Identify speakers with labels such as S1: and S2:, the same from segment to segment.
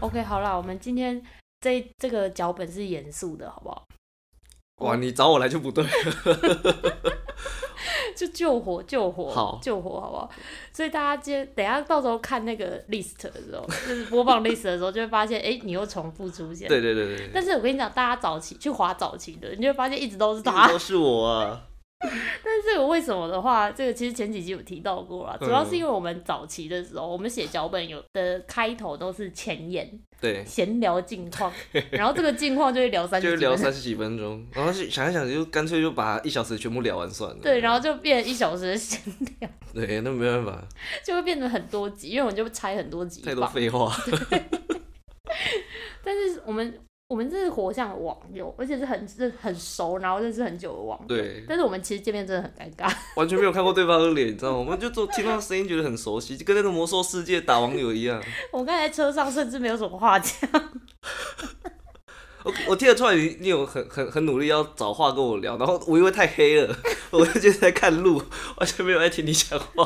S1: OK，好啦，我们今天这这个脚本是严肃的，好不好？
S2: 哇，你找我来就不对了。
S1: 就救火，救火，
S2: 好
S1: 救火，好不好？所以大家接等一下到时候看那个 list 的时候，就是播放 list 的时候，就会发现，哎、你又重复出现。
S2: 对对对对对，
S1: 但是我跟你讲，大家早期去划早期的，你就会发现一直都是
S2: 一直
S1: 他。
S2: 都是我啊。
S1: 但是这个为什么的话，这个其实前几集有提到过啦，主要
S2: 嗯
S1: 是因为我们早期的时候，我们写脚本有的开头都是前言，
S2: 对，
S1: 闲聊近况，然后这个近况就会聊三十
S2: 就是
S1: 几
S2: 聊
S1: 分钟。
S2: 三十几分钟，然后就想一想，就干脆就把一小时全部聊完算了。
S1: 对，然后就变一小时的闲聊，
S2: 对，那没办法，
S1: 就会变成很多集，因为我们就拆很多集
S2: 太多
S1: 放。
S2: 废话。
S1: 但是我们我们真是活像网友，而且是很是很熟，然后认识很久的网友。
S2: 对，
S1: 但是我们其实见面真的很尴尬，
S2: 完全没有看过对方的脸，你知道吗？我们就都听到声音觉得很熟悉，就跟那个魔兽世界打网友一样。
S1: 我们刚才在车上甚至没有什么话 讲。
S2: 我我听得出来你你有很很很努力要找话跟我聊，然后我因为太黑了， 我就觉得在看路，完全没有在听你讲话。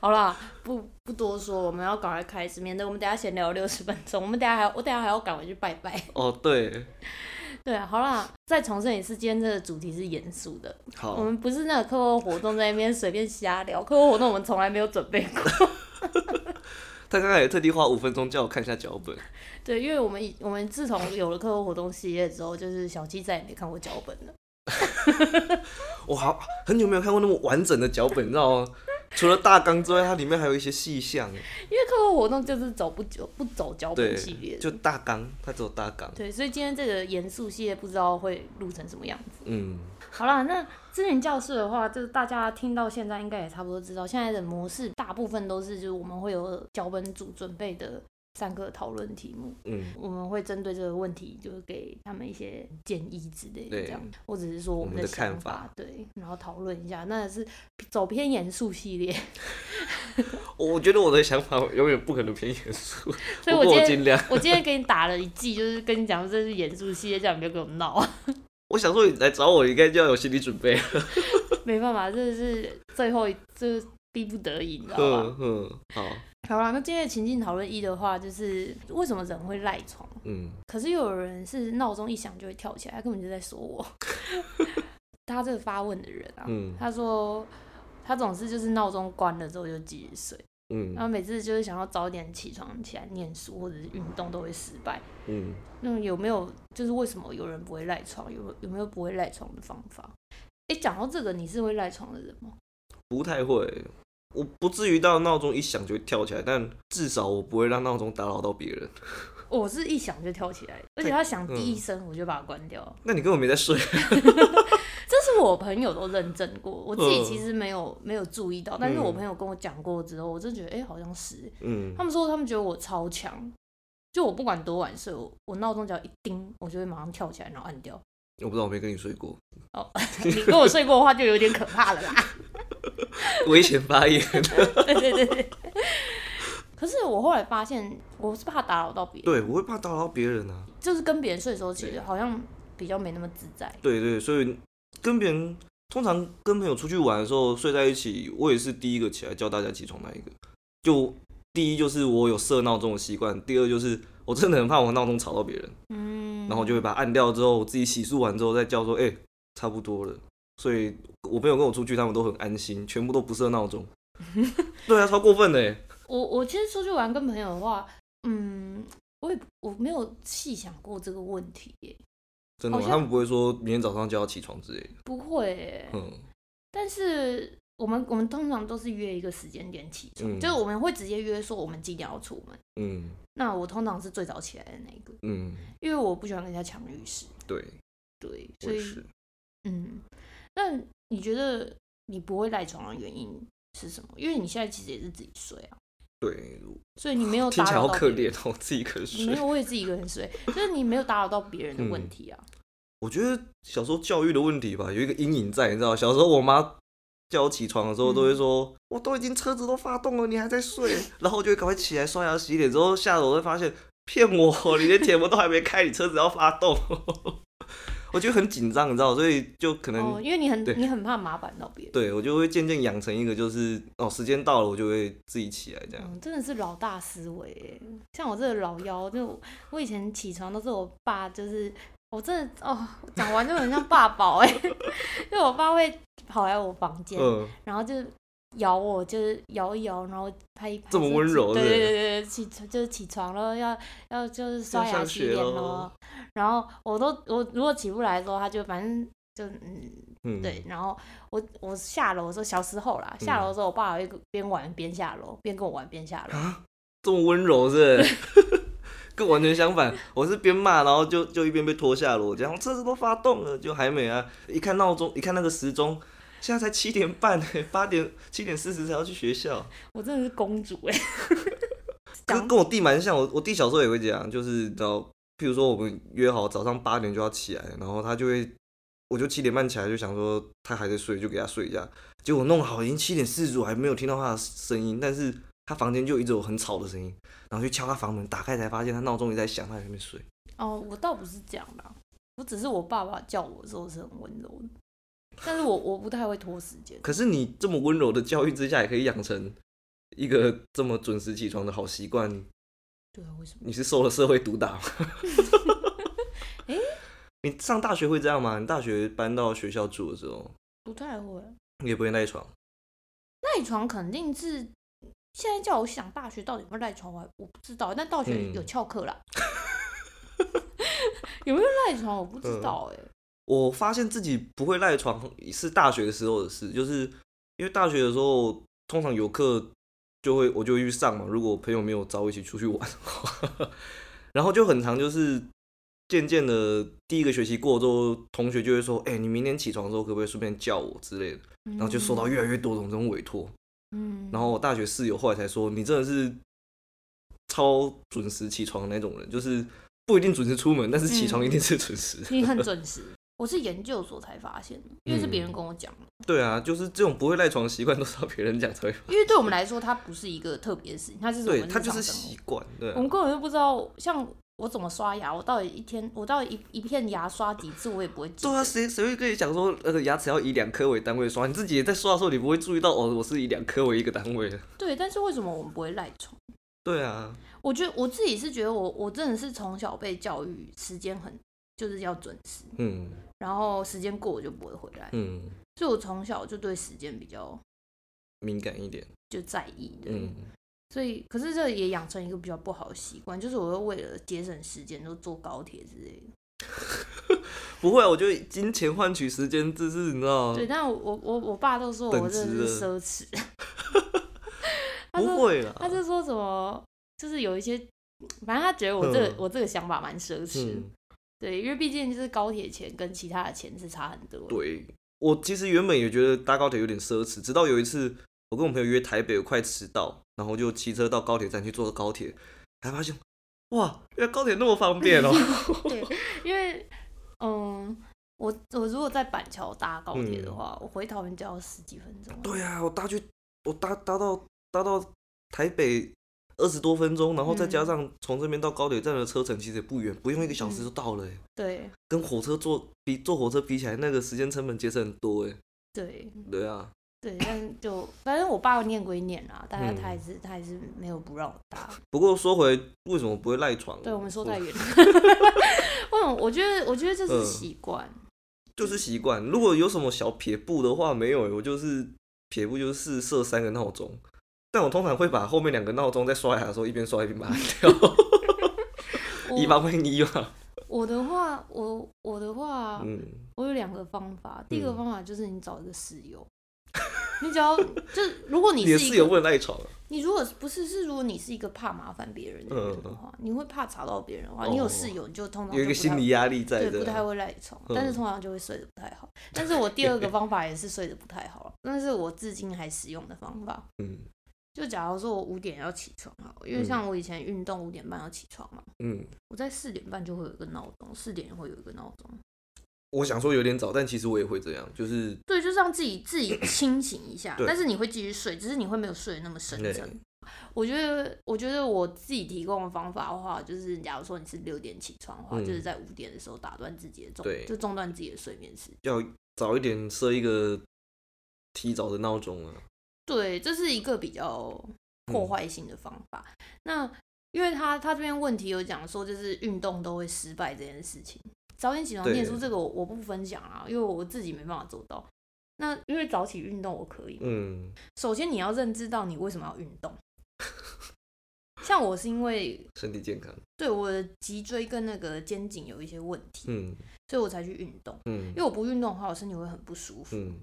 S1: 好啦，不不多说，我们要赶快开始，免得我们等一下闲聊六十分钟。我们等一下还要我等一下还要赶回去拜拜。
S2: 哦，对，
S1: 对啊，好啦，再重申一次，今天这个主题是严肃的，我
S2: 好，
S1: 们不是那个课后活动在那边随便瞎聊，课后活动我们从来没有准备过。
S2: 他刚才也特地花五分钟叫我看一下脚本。
S1: 对，因为我们以我们自从有了课后活动系列之后，就是小七再也没看过脚本了。
S2: 我好很久没有看过那么完整的脚本，你知 道吗？除了大纲之外，它里面还有一些细项，
S1: 因为课后活动就是走不久不走脚
S2: 对
S1: 本系列，的，
S2: 就大纲，它只有大纲，
S1: 对，所以今天这个严肃系列不知道会录成什么样子。
S2: 嗯，
S1: 好啦，那知人教室的话，就是大家听到现在应该也差不多知道，现在的模式大部分都是就是我们会有脚本组准备的三个讨论题目，
S2: 嗯，
S1: 我们会针对这个问题就是给他们一些建议之类的
S2: 对
S1: 这样，或者是说我
S2: 我们
S1: 的
S2: 的看
S1: 想
S2: 法
S1: 对，然后讨论一下，那是走偏严肃系 列，
S2: 我觉得我的想法永远不可能偏严肃，
S1: 所以
S2: 不
S1: 我
S2: 过
S1: 今
S2: 我
S1: 天
S2: 尽量。
S1: 我今天给你打了一记，就是跟你讲这是严肃系列，这样你不要给我闹。
S2: 我想说你来找我，应该就要有心理准 备。
S1: 没办法，这是最后一，这是逼不得已，你知道吧？
S2: 嗯嗯，好，
S1: 好啦，那今天的情境讨论一的话，就是为什么人会赖床？
S2: 嗯，
S1: 可是又有人是闹钟一响就会跳起来，他根本就在说我。 他这个发问的人啊，
S2: 嗯
S1: 他说他总是就是闹钟关了之后就继续睡，然后
S2: 嗯
S1: 每次就是想要早点起床起来念书或者是运动都会失败。
S2: 嗯，
S1: 那有没有就是为什么有人不会赖床？有有没有不会赖床的方法？哎、讲到这个，你是会赖床的人吗？
S2: 不太会，我不至于到闹钟一响就会跳起来，但至少我不会让闹钟打扰到别人。
S1: 我是一响就跳起来，而且他响
S2: 嗯
S1: 第一声我就把它关掉。
S2: 那你根本没在睡，
S1: 这是我朋友都认证过，我自己
S2: 嗯
S1: 其实没有没有注意到，但是
S2: 嗯
S1: 我朋友跟我讲过之后，我真觉得哎、诶好像是。
S2: 嗯
S1: 他，们说他们觉得我超强，就我不管多晚睡，我我闹钟只要一叮，我就会马上跳起来然后按掉。
S2: 我不知道我没跟你睡过，
S1: 你跟我睡过的话就有点可怕了啦。
S2: 危险发言。
S1: 对对对对。可是我后来发现，我是怕打扰到别人，
S2: 对，我会怕打扰别人啊。
S1: 就是跟别人睡的时候，其实好像比较没那么自在。
S2: 对对，所以跟别人通常跟朋友出去玩的时候睡在一起，我也是第一个起来叫大家起床那一个。就第一就是我有设闹钟的习惯，第二就是我真的很怕我闹钟吵到别人，
S1: 嗯，
S2: 然后我就会把它按掉之后，我自己洗漱完之后再叫说，哎、差不多了。所以我朋友跟我出去，他们都很安心，全部都不设 闹钟。对啊，超过分的欸。
S1: 我我其实出去玩跟朋友的话，嗯，我也不我没有细想过这个问题耶，
S2: 真的吗
S1: 好？像
S2: 他们不会说明天早上就要起床之类的。
S1: 不会耶。
S2: 嗯，
S1: 但是我们我们通常都是约一个时间点起床，
S2: 嗯
S1: 就是我们会直接约说我们几点要出门。
S2: 嗯
S1: 那我通常是最早起来的那一个，
S2: 嗯，
S1: 因为我不喜欢跟人家抢浴室。
S2: 对，
S1: 对，
S2: 我
S1: 所
S2: 也
S1: 以
S2: 是。
S1: 嗯，那你觉得你不会赖床的原因是什么？因为你现在其实也是自己睡啊，
S2: 对，
S1: 所以你没有
S2: 听
S1: 打
S2: 起来
S1: 扰
S2: 好
S1: 到
S2: 可
S1: 别
S2: 怜
S1: 人
S2: 哦，自己一个人
S1: 没
S2: 睡。
S1: 有，我也自己一个人睡，就是你没有打扰到别人的问
S2: 嗯
S1: 题啊。
S2: 我觉得小时候教育的问题吧，有一个阴影在，你知道，小时候我妈叫我起床的时候，
S1: 嗯
S2: 都会说、我都已经车子都发动了，你还在睡，然后我就会赶快起来刷牙洗脸，之后哦下楼会发现骗我，你连铁门都还没开，你车子要发动。 我觉得很紧张，你知道，所以就可能、
S1: 哦，因为你很
S2: 对
S1: 你很怕麻烦到别人，
S2: 对我就会渐渐养成一个就是哦，时间到了我就会自己起来这样。
S1: 嗯，真的是老大思维耶。像我这个老妖，就我以前起床都是我爸，就是我真的哦，讲完就很像爸宝哎， 就我爸会跑来我房间，
S2: 嗯，
S1: 然后就是摇我，就是摇一摇，然后拍一拍。
S2: 这么
S1: 说
S2: 温
S1: 起
S2: 柔
S1: 对
S2: 是不
S1: 对对对，
S2: 是
S1: 起床就是起床了，要要就是刷牙
S2: 上
S1: 洗
S2: 学
S1: 脸
S2: 咯
S1: 咯。然后我都我如果起不来的时候，他就反正就嗯
S2: 嗯，
S1: 对，，然后我我下楼的时候，小时候啦，下
S2: 嗯
S1: 楼的时候，我爸会边玩边下楼，边跟我玩边下 楼。
S2: 这么温柔是不是 跟完全相反，我是边骂，然后就就一边被拖下楼，这样车子都发动了，就还没啊！一看闹钟，一看那个时钟，现在才七点半，八点七点四十才要去学校。
S1: 我真的是公主 哎、
S2: 跟
S1: 讲
S2: 跟我弟蛮像，我我弟小时候也会这样，就是你知道，譬如说我们约好早上八点就要起来，然后他就会，我就七点半起来就想说他还在睡，就给他睡一下，结果弄好已经七点四十五，还没有听到他的声音，但是他房间就一直有很吵的声音，然后去敲他房门，打开才发现他闹钟也在响，他还在那边睡。
S1: 哦，我倒不是这样啦，我只是我爸爸叫我的时候是很温柔的，但是我我不太会拖时间。
S2: 可是你这么温柔的教育之下，也可以养成一个这么准时起床的好习惯，
S1: 对啊，为什么？
S2: 你是受了社会毒打吗？你上大学会这样吗？你大学搬到学校住的时候，
S1: 不太会。啊
S2: 你也不会赖床，
S1: 赖床肯定是现在叫我想大学到底有没有赖床，我还我不知道。但大学
S2: 嗯
S1: 有翘课啦， 有没有赖床我不
S2: 嗯
S1: 知道哎、
S2: 我发现自己不会赖床是大学的时候的事，就是因为大学的时候通常有课就会我就会去上嘛，如果朋友没有找我一起出去玩的话， 然后就很常就是渐渐的第一个学期过之后，同学就会说，哎、你明天起床的时候可不可以顺便叫我之类的，然后就受到越来越多种这种委托，
S1: 嗯，
S2: 然后我大学室友后来才说，你真的是超准时起床的那种人，就是不一定准时出门，但是起
S1: 嗯
S2: 床一定是准时。
S1: 你很准时。我是研究所才发现的，因为是别人
S2: 嗯
S1: 跟我讲的。
S2: 对啊，就是这种不会赖床的习惯都是要别人讲才会发。
S1: 因为对我们来说，它不是一个特别的事情，它就是我
S2: 对
S1: 们
S2: 他
S1: 日
S2: 就
S1: 常
S2: 是
S1: 生活
S2: 习惯，对啊、
S1: 我们根本就不知道，像我怎么刷牙，我到底一天，我到底一一片牙刷几次，我也不会记
S2: 对啊，
S1: 得。
S2: 谁谁会跟你讲说那个牙齿要以两颗为单位刷？你自己也在刷的时候，你不会注意到哦，我是以两颗为一个单位的。
S1: 对，但是为什么我们不会赖床？
S2: 对啊，
S1: 我觉得我自己是觉得我我真的是从小被教育时间很就是要准时，
S2: 嗯
S1: 然后时间过我就不会回来，
S2: 嗯，
S1: 所以我从小就对时间比较
S2: 敏感一点，
S1: 就在意的。
S2: 嗯
S1: 所以，可是这也养成一个比较不好的习惯，就是我会为了节省时间，就坐高铁之类的。
S2: 不会啊，我觉得金钱换取时间，这是你知道，
S1: 对，但我我我我爸都说我
S2: 等
S1: 真
S2: 值
S1: 的
S2: 了
S1: 是奢侈， 他说
S2: 不会啦。嗯
S1: 他就说什么，就是有一些，反正他觉得我这个、
S2: 嗯
S1: 我这个想法蛮奢侈，
S2: 嗯，
S1: 对，因为毕竟就是高铁钱跟其他的钱是差很多的。
S2: 对我其实原本也觉得搭高铁有点奢侈，直到有一次我跟我朋友约台北，我快迟到，然后就骑车到高铁站去坐高铁，才发现哇，原来高铁那么方便 哦、
S1: 对，因为嗯，我我如果在板桥搭高铁
S2: 嗯
S1: 的话，我回桃园就要十几分钟。
S2: 对啊，我搭去，我搭搭到搭到台北二十多分钟，然后再加
S1: 嗯
S2: 上从这边到高铁站的车程其实也不远，不用一个小时
S1: 嗯
S2: 就到了、欸。
S1: 对
S2: 跟火车坐比坐火车比起来，那个时间成本节省很多哎、
S1: 对
S2: 对啊，
S1: 对，但就反正我爸念归念啦，但
S2: 嗯
S1: 他还是、他还是没有不让我 搭。
S2: 不过说回为什么不会赖床？
S1: 对我们说
S2: 我
S1: 太远了， 嗯，我觉得我觉得这是
S2: 嗯
S1: 习惯。
S2: 就是习惯。如果有什么小撇步的话，没有欸，我就是撇步就是设三个闹钟，但我通常会把后面两个闹钟在刷牙的时候一边刷一边把它按掉， 以
S1: 我
S2: 防万一嘛。
S1: 我的话，我我的话，
S2: 嗯，
S1: 我有两个方法。第一个
S2: 嗯
S1: 方法就是你找一个室友， 你只要就是如果你
S2: 你的
S1: 是一
S2: 室
S1: 个
S2: 友不能赖床啊，
S1: 你如果是不是是，如果你是一个怕麻烦别人的人的话，你会怕吵到别人的话，
S2: 嗯哦
S1: 你有室友你就通哦常就
S2: 有一个
S1: 不太
S2: 心理压力在
S1: 对
S2: 的。
S1: 不太会赖床，
S2: 嗯
S1: 但是通常就会睡得不太好。但是我第二个方法也是睡得不太好，但是我至今还使用的方法，
S2: 嗯
S1: 就假如说我五点要起床啊，因为像我以前运动五点半要起床嘛，
S2: 嗯，
S1: 我在四点半就会有一个闹钟，四点会有一个闹钟，
S2: 我想说有点早，但其实我也会这样，就是
S1: 对，就让自己自己清醒一下，
S2: 对
S1: 但是你会继续睡，只是你会没有睡得那么深
S2: 对
S1: 沉。我觉得，我觉得我自己提供的方法的话，就是假如说你是六点起床的话，
S2: 嗯
S1: 就是在五点的时候打断自己的中
S2: 对，
S1: 就中断自己的睡眠时间。
S2: 要早一点设一个提早的闹钟啊。
S1: 对，这是一个比较破
S2: 嗯
S1: 坏性的方法。那因为他他这边问题有讲说，就是运动都会失败这件事情。早点起床
S2: 对
S1: 念书这个我我不分享啊，因为我自己没办法做到。那因为早起运动我可以，
S2: 嗯，
S1: 首先你要认知到你为什么要运动。像我是因为
S2: 身体健康。
S1: 对我的脊椎跟那个肩颈有一些问题，
S2: 嗯
S1: 所以我才去运动。
S2: 嗯
S1: 因为我不运动的话，我身体会很不舒服。
S2: 嗯，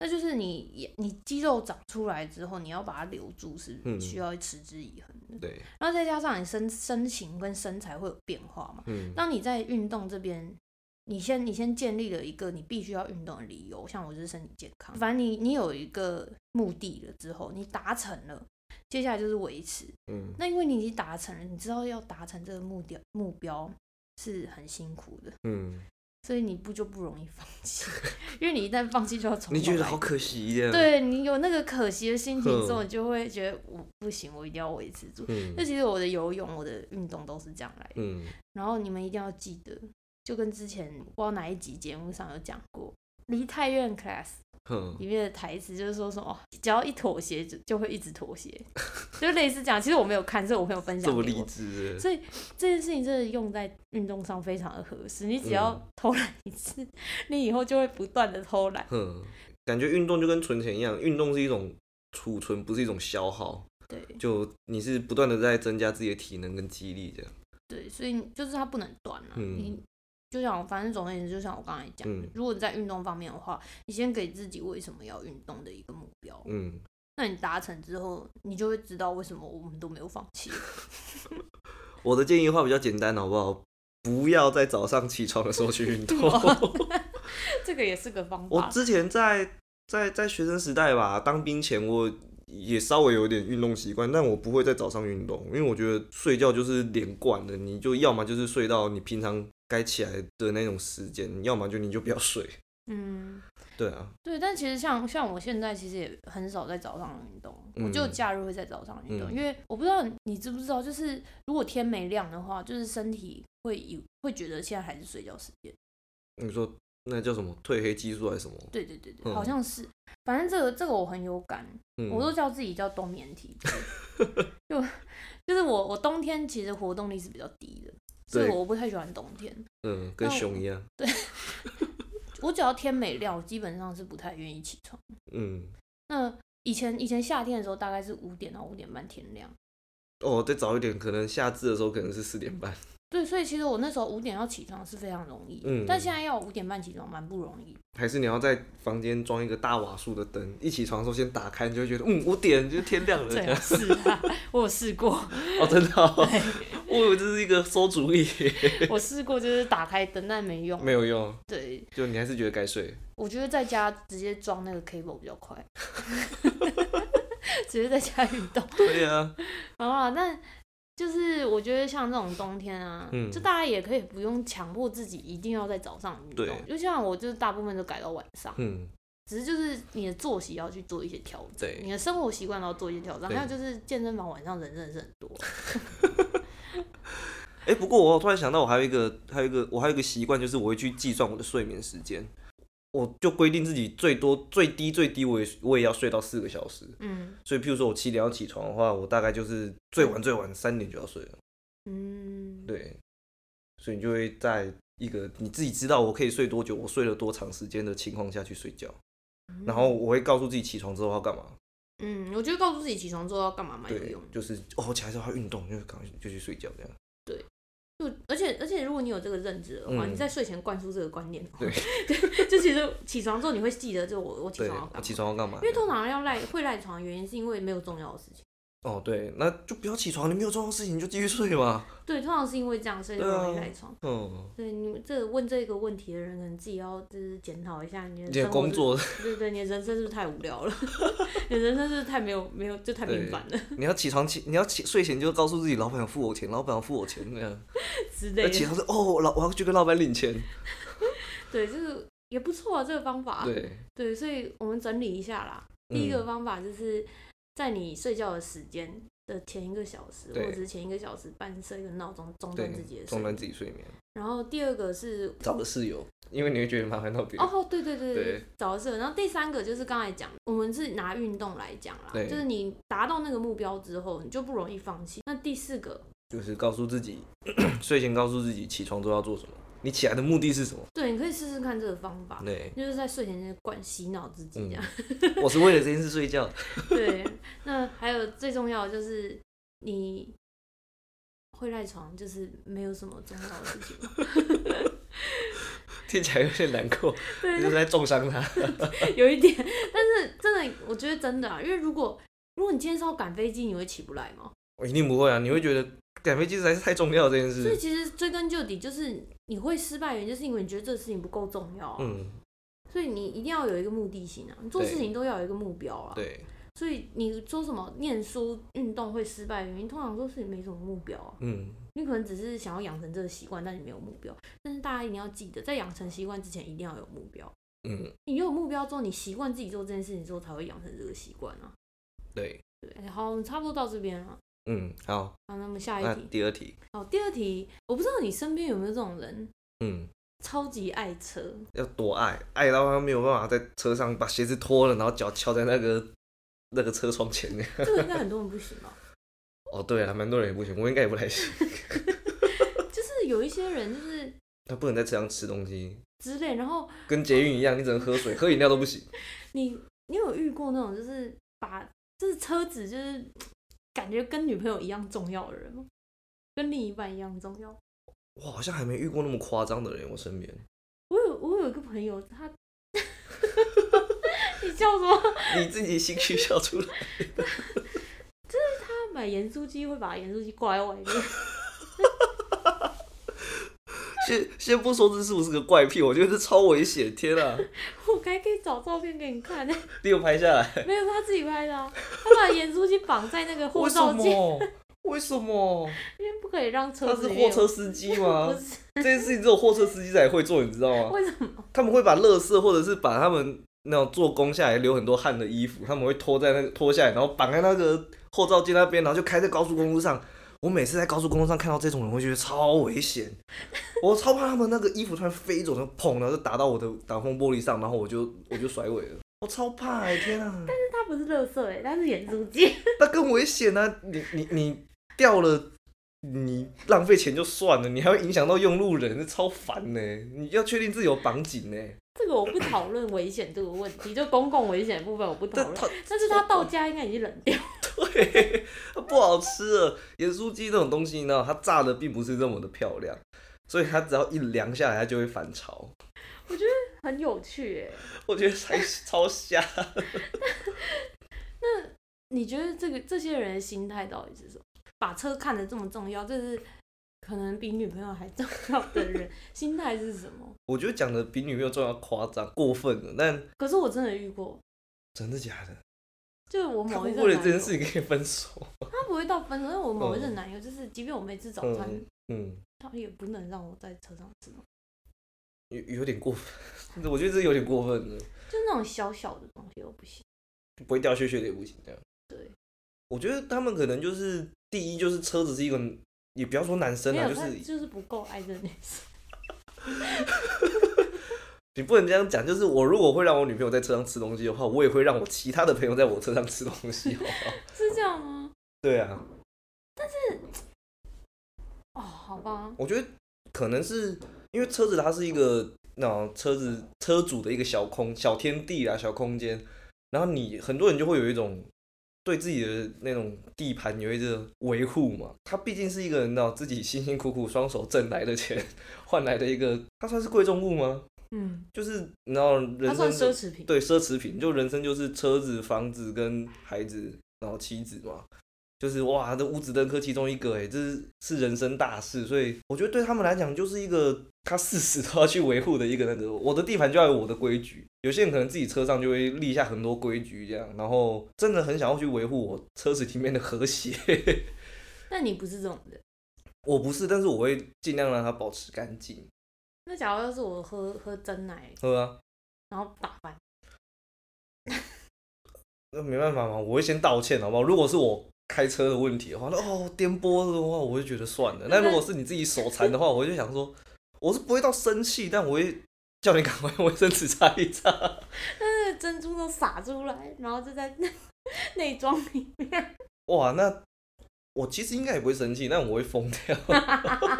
S1: 那就是你也你肌肉长出来之后，你要把它留住，是
S2: 嗯
S1: 需要持之以恒的。
S2: 对，
S1: 然后再加上你身身形跟身材会有变化嘛，
S2: 嗯
S1: 当你在运动这边，你先你先建立了一个你必须要运动的理由，像我就是身体健康，反正你你有一个目的了之后，你达成了，接下来就是维持。
S2: 嗯，
S1: 那因为你已经达成了，你知道要达成这个目标目标是很辛苦的，
S2: 嗯，
S1: 所以你不就不容易放弃， 因为你一旦放弃就要从
S2: 你
S1: 头
S2: 觉得
S1: 来
S2: 好可惜呀？，
S1: 对你有那个可惜的心情之后，
S2: 哼
S1: 你就会觉得我不行，我一定要维持住。
S2: 嗯
S1: 那其实我的游泳、我的运动都是这样来的。
S2: 嗯
S1: 然后你们一定要记得，就跟之前不知道哪一集节目上有讲过，《梨泰院 Class》
S2: 哼，
S1: 里面的台词就是说什么，哦只要一妥协就就会一直妥协， 就类似这样。其实我没有看，是我朋友分
S2: 这
S1: 享
S2: 么
S1: 给
S2: 励
S1: 我。
S2: 志的，
S1: 所以这件事情真的用在运动上非常的合适，你只要
S2: 嗯
S1: 偷懒一次， 你以后就会不断的偷懒。
S2: 哼，感觉运动就跟存钱一样，运动是一种储存，不是一种消耗。
S1: 对
S2: 就你是不断的在增加自己的体能跟肌力，这样。
S1: 对，所以就是它不能断了、啊
S2: 嗯
S1: 你就像反正总而言之，就像我刚才讲，
S2: 嗯
S1: 如果你在运动方面的话，你先给自己为什么要运动的一个目标，
S2: 嗯，
S1: 那你达成之后，你就会知道为什么我们都没有放 弃。
S2: 我的建议的话比较简单，好不好？不要在早上起床的时候去运动。
S1: 这个也是个方
S2: 我
S1: 法。
S2: 之前在在在学生时代吧，当兵前我也稍微有点运动习惯，但我不会在早上运动，因为我觉得睡觉就是连贯的，你就要么就是睡到你平常该起来的那种时间，要么就你就不要睡。
S1: 嗯，
S2: 对啊，
S1: 对。但其实像像我现在其实也很少在早上运动，我只有
S2: 嗯
S1: 假日会在早上运动，
S2: 嗯
S1: 因为我不知道你知不知道，就是如果天没亮的话，就是身体会有会觉得现在还是睡觉时间。
S2: 你说那叫什么褪黑激素还是什么？
S1: 对对对对，
S2: 嗯
S1: 好像是。反正这个这个我很有感，
S2: 嗯，
S1: 我都叫自己叫冬眠体质，就就是我我冬天其实活动力是比较低的，所以
S2: 对
S1: 我不太喜欢冬天。
S2: 嗯，跟
S1: 那我
S2: 熊一样，
S1: 我只要天没亮，我基本上是不太愿意起床。
S2: 嗯，
S1: 那以前以前夏天的时候，大概是五点到五点半天亮，
S2: 哦，再早一点，可能夏至的时候可能是四点半，
S1: 对，所以其实我那时候五点要起床是非常容易的，
S2: 嗯
S1: 但现在要五点半起床蛮不容易。
S2: 还是你要在房间装一个大瓦数的灯，一起床的时候先打开，你就会觉得嗯五点就天亮了，这
S1: 对
S2: 样
S1: 啊，是啊，我有试过，
S2: 哦，真的、 哦，我以为这是一个馊主意，
S1: 我试过就是打开灯，但没用。
S2: 没有用，
S1: 对，
S2: 就你还是觉得该睡。
S1: 我觉得在家直接装那个 cable 比较快，直接在家运动。
S2: 对啊，
S1: 好啊，但就是我觉得像这种冬天啊，
S2: 嗯
S1: 就大家也可以不用强迫自己一定要在早上运动
S2: 对，
S1: 就像我就是大部分都改到晚上，
S2: 嗯，
S1: 只是就是你的作息要去做一些调整，
S2: 对
S1: 你的生活习惯都要做一些调整。
S2: 对
S1: 还有就是健身房晚上人真的是很 多，
S2: 哎、不过我突然想到，我还有一个，还有一个，我还有一个习惯，就是我会去计算我的睡眠时间，我就规定自己最多最低最低，我也我也要睡到四个小时。
S1: 嗯
S2: 所以，譬如说我七点要起床的话，我大概就是最晚最晚三点就要睡了。
S1: 嗯，
S2: 对，所以你就会在一个你自己知道我可以睡多久，我睡了多长时间的情况下去睡觉。
S1: 嗯
S2: 然后我会告诉自己起床之后要干嘛，
S1: 嗯，我觉得告诉自己起床之后要干嘛蛮有
S2: 对
S1: 用的，。
S2: 就是哦，起来之后要运动，就赶快就去睡觉这样。
S1: 就而且而且，如果你有这个认知的话，
S2: 嗯
S1: 你在睡前灌输这个观念的话，
S2: 对
S1: 就就其实起床之后你会记得，就我我起
S2: 嗯对
S1: 床要，
S2: 我
S1: 干嘛
S2: 起。床要干嘛
S1: 因？为通常要赖会赖床，原因是因为没有重要的事情。
S2: 哦，对，那就不要起床，你没有重要的事情你就继续睡嘛。
S1: 对，通常是因为这样，所以就容易
S2: 对啊
S1: 赖床。
S2: 嗯，
S1: 对你们这个问这个问题的人，可能自己要就是检讨一下你的
S2: 你的
S1: 生活
S2: 工
S1: 是，
S2: 作，
S1: 对对，你的人生是不是太无聊了？ 你的人生是不是太没有没有就太平
S2: 对
S1: 凡了
S2: 你要起床起，你要起睡前就告诉自己，老板要付我钱，老板要付我钱那样。
S1: 之
S2: 那
S1: 类
S2: 起
S1: 的？
S2: 床说哦，我老我要去跟老板领钱。
S1: 对，就是也不错啊，这个方法。
S2: 对，
S1: 对，所以我们整理一下啦。第一个
S2: 嗯
S1: 方法就是在你睡觉的时间的前一个小时，或
S2: 对
S1: 者是前一个小时半设一个闹钟中断
S2: 对
S1: 自己的
S2: 中
S1: 睡
S2: 断
S1: 眠
S2: 自己睡眠，
S1: 然后第二个是
S2: 找个室友，因为你会觉得麻烦到别人。
S1: 哦，对对对
S2: 对，
S1: 找社。然后第三个就是刚才讲，我们是拿运动来讲啦，
S2: 对
S1: 就是你达到那个目标之后，你就不容易放弃。那第四个，
S2: 就是告诉自己， 睡前告诉自己起床之后要做什么，你起来的目的是什么？
S1: 对，你可以试试看这个方法，
S2: 对，
S1: 就是在睡前先灌洗脑自己这样。
S2: 我是为了这件事睡觉。
S1: 对，那还有最重要的就是你会赖床，就是没有什么重要的事情吧。
S2: 听起来有点难过，
S1: 对，
S2: 就是在重伤他。
S1: 有一点，但是真的，我觉得真的啊，因为如果如果你今天是要赶飞机，你会起不来吗？
S2: 我一定不会啊！你会觉得赶飞机实在是太重要这件
S1: 所以
S2: 事。
S1: 其实追根究底，就是你会失败，原因就是因为你觉得这个事情不够重要、啊，
S2: 嗯，
S1: 所以你一定要有一个目的性啊，你做
S2: 对
S1: 事情都要有一个目标啊。
S2: 对，
S1: 所以你说什么念书、运动会失败，原因通常都是你没什么目标啊，
S2: 嗯，
S1: 你可能只是想要养成这个习惯，但你没有目标。但是大家一定要记得，在养成习惯之前一定要有目标。
S2: 嗯，
S1: 你有目标之后，你习惯自己做这件事情之后，才会养成这个习惯啊。
S2: 对，
S1: 对，好，我们差不多到这边了。啊
S2: 嗯，好，
S1: 好，那么下
S2: 那
S1: 一题。
S2: 第二题，
S1: 好，第二题，我不知道你身边有没有这种人，
S2: 嗯，
S1: 超级爱车，
S2: 要多爱，爱到他没有办法在车上把鞋子脱了，然后脚翘在那个 那个车窗前面。
S1: 这个应该很多人不行吧？
S2: 哦，对了，蛮多人也不行，我应该也不太行。
S1: 就是有一些人就是
S2: 他不能在车上吃东西，
S1: 之类，然后
S2: 跟捷运一样，你只能喝水，喝饮料都不行。
S1: 你你有遇过那种就是把就是车子就是感觉跟女朋友一样重要的人吗？跟另一半一样重要？
S2: 我好像还没遇过那么夸张的人，我身边。
S1: 我有我有一个朋友，他 你笑什么？
S2: 你自己心虚笑出来。
S1: 他买盐酥鸡会把盐酥鸡挂在外面，
S2: 先先不说这是不是个怪癖，我觉得这超危险。天啊，
S1: 我还可以找照片给你看。
S2: 你有拍下来？
S1: 没有，他自己拍的、啊，他把盐酥鸡绑在那个
S2: 为
S1: 后
S2: 什
S1: 照镜，
S2: 么？ 为什么？
S1: 因为不可以让车
S2: 他
S1: 子
S2: 是
S1: 里面
S2: 货
S1: 有
S2: 车司机
S1: 不
S2: 吗？
S1: 是
S2: 这件事情只有货车司机才会做，你知道吗？
S1: 为什么？
S2: 他们会把垃圾或者是把他们那种做工下来流很多汗的衣服，他们会脱在那个脱下来，然后绑在那个后照镜那边，然后就开在高速公路上。我每次在高速公路上看到这种人，我会觉得超危 险，我超怕他们那个衣服突然飞走，然后砰，然后就打到我的挡风玻璃上，然后我就我就甩尾了。我超怕、欸，天啊！
S1: 他不是垃圾哎、他是盐酥鸡。
S2: 那更危险啊！你你你掉了，你浪费钱就算了，你还会影响到用路人，这超烦呢、你要确定自己有绑紧呢。
S1: 这个我不讨论危险这个问题，就公共危险的部分我不讨
S2: 但
S1: 论。
S2: 它
S1: 但是他到家应该已经冷掉，
S2: 对，它 不好吃了。盐酥鸡这种东西呢，它炸的并不是这么的漂亮，所以它只要一凉下来，它就会反潮。
S1: 很有趣哎、
S2: 我觉得太超瞎。
S1: 你觉得这个这些人的心态到底是什么？把车看得这么重要，这是可能比女朋友还重要的人 心态是什么？
S2: 我觉得讲的比女朋友重要夸张过分了，但
S1: 可是我真的遇过，
S2: 真的假的？
S1: 就是我
S2: 他
S1: 某
S2: 会
S1: 一任
S2: 为了这件
S1: 男友
S2: 事情跟你分手？
S1: 他不会到分手，因为我某一任
S2: 嗯
S1: 男友就是，即便我每次早餐，
S2: 嗯嗯，
S1: 他也不能让我在车上吃嘛，
S2: 有有点过分， 我觉得这有点过分了。
S1: 就那种小小的东西我不行。
S2: 不会掉屑屑的也不行，这样。
S1: 对，
S2: 我觉得他们可能就是第一就是车子是一个，也不要说男生
S1: 没
S2: 啊，
S1: 有，
S2: 就
S1: 他
S2: 是
S1: 就是不够爱这个女生。
S2: 你不能这样讲，就是我如果会让我女朋友在车上吃东西的话，我也会让我其他的朋友在我车上吃东西，好不 好？
S1: 是这样吗？
S2: 对啊，
S1: 哦，好吧，
S2: 我觉得可能是因为车子它是一个那种车子车主的一个小空小天地啊，小空间，然后你很多人就会有一种对自己的那种地盘有一个维护嘛，它毕竟是一个人到自己辛辛苦苦双手挣来的钱 换来的一个，它算是贵重物吗？
S1: 嗯，
S2: 就是你知道人
S1: 他
S2: 生
S1: 算
S2: 的
S1: 奢侈品。
S2: 对奢侈品，就人生就是车子、房子跟孩子，然后妻子嘛，就是哇，这五子登科其中一个哎，这是是人生大事，所以我觉得对他们来讲就是一个他誓死都要去维护的一个那个，我的地盘就要有我的规矩。有些人可能自己车上就会立下很多规矩，这样，然后真的很想要去维护我车子里面的和谐。
S1: 但你不是这种人。
S2: 我不是，但是我会尽量让它保持干净。
S1: 那假如要是我喝喝真奶，
S2: 喝啊，
S1: 然后打翻，
S2: 那没办法嘛，我会先道歉，好不好？如果是我，开车的问题的话，那哦颠簸的话，我就觉得算了。那如果是你自己手残的话，我就想说，我是不会到生气，但我会叫你赶快 用卫生纸擦一擦。
S1: 那个珍珠都洒出来，然后就在内装里面。
S2: 哇，那我其实应该也不会生气，但我会疯掉。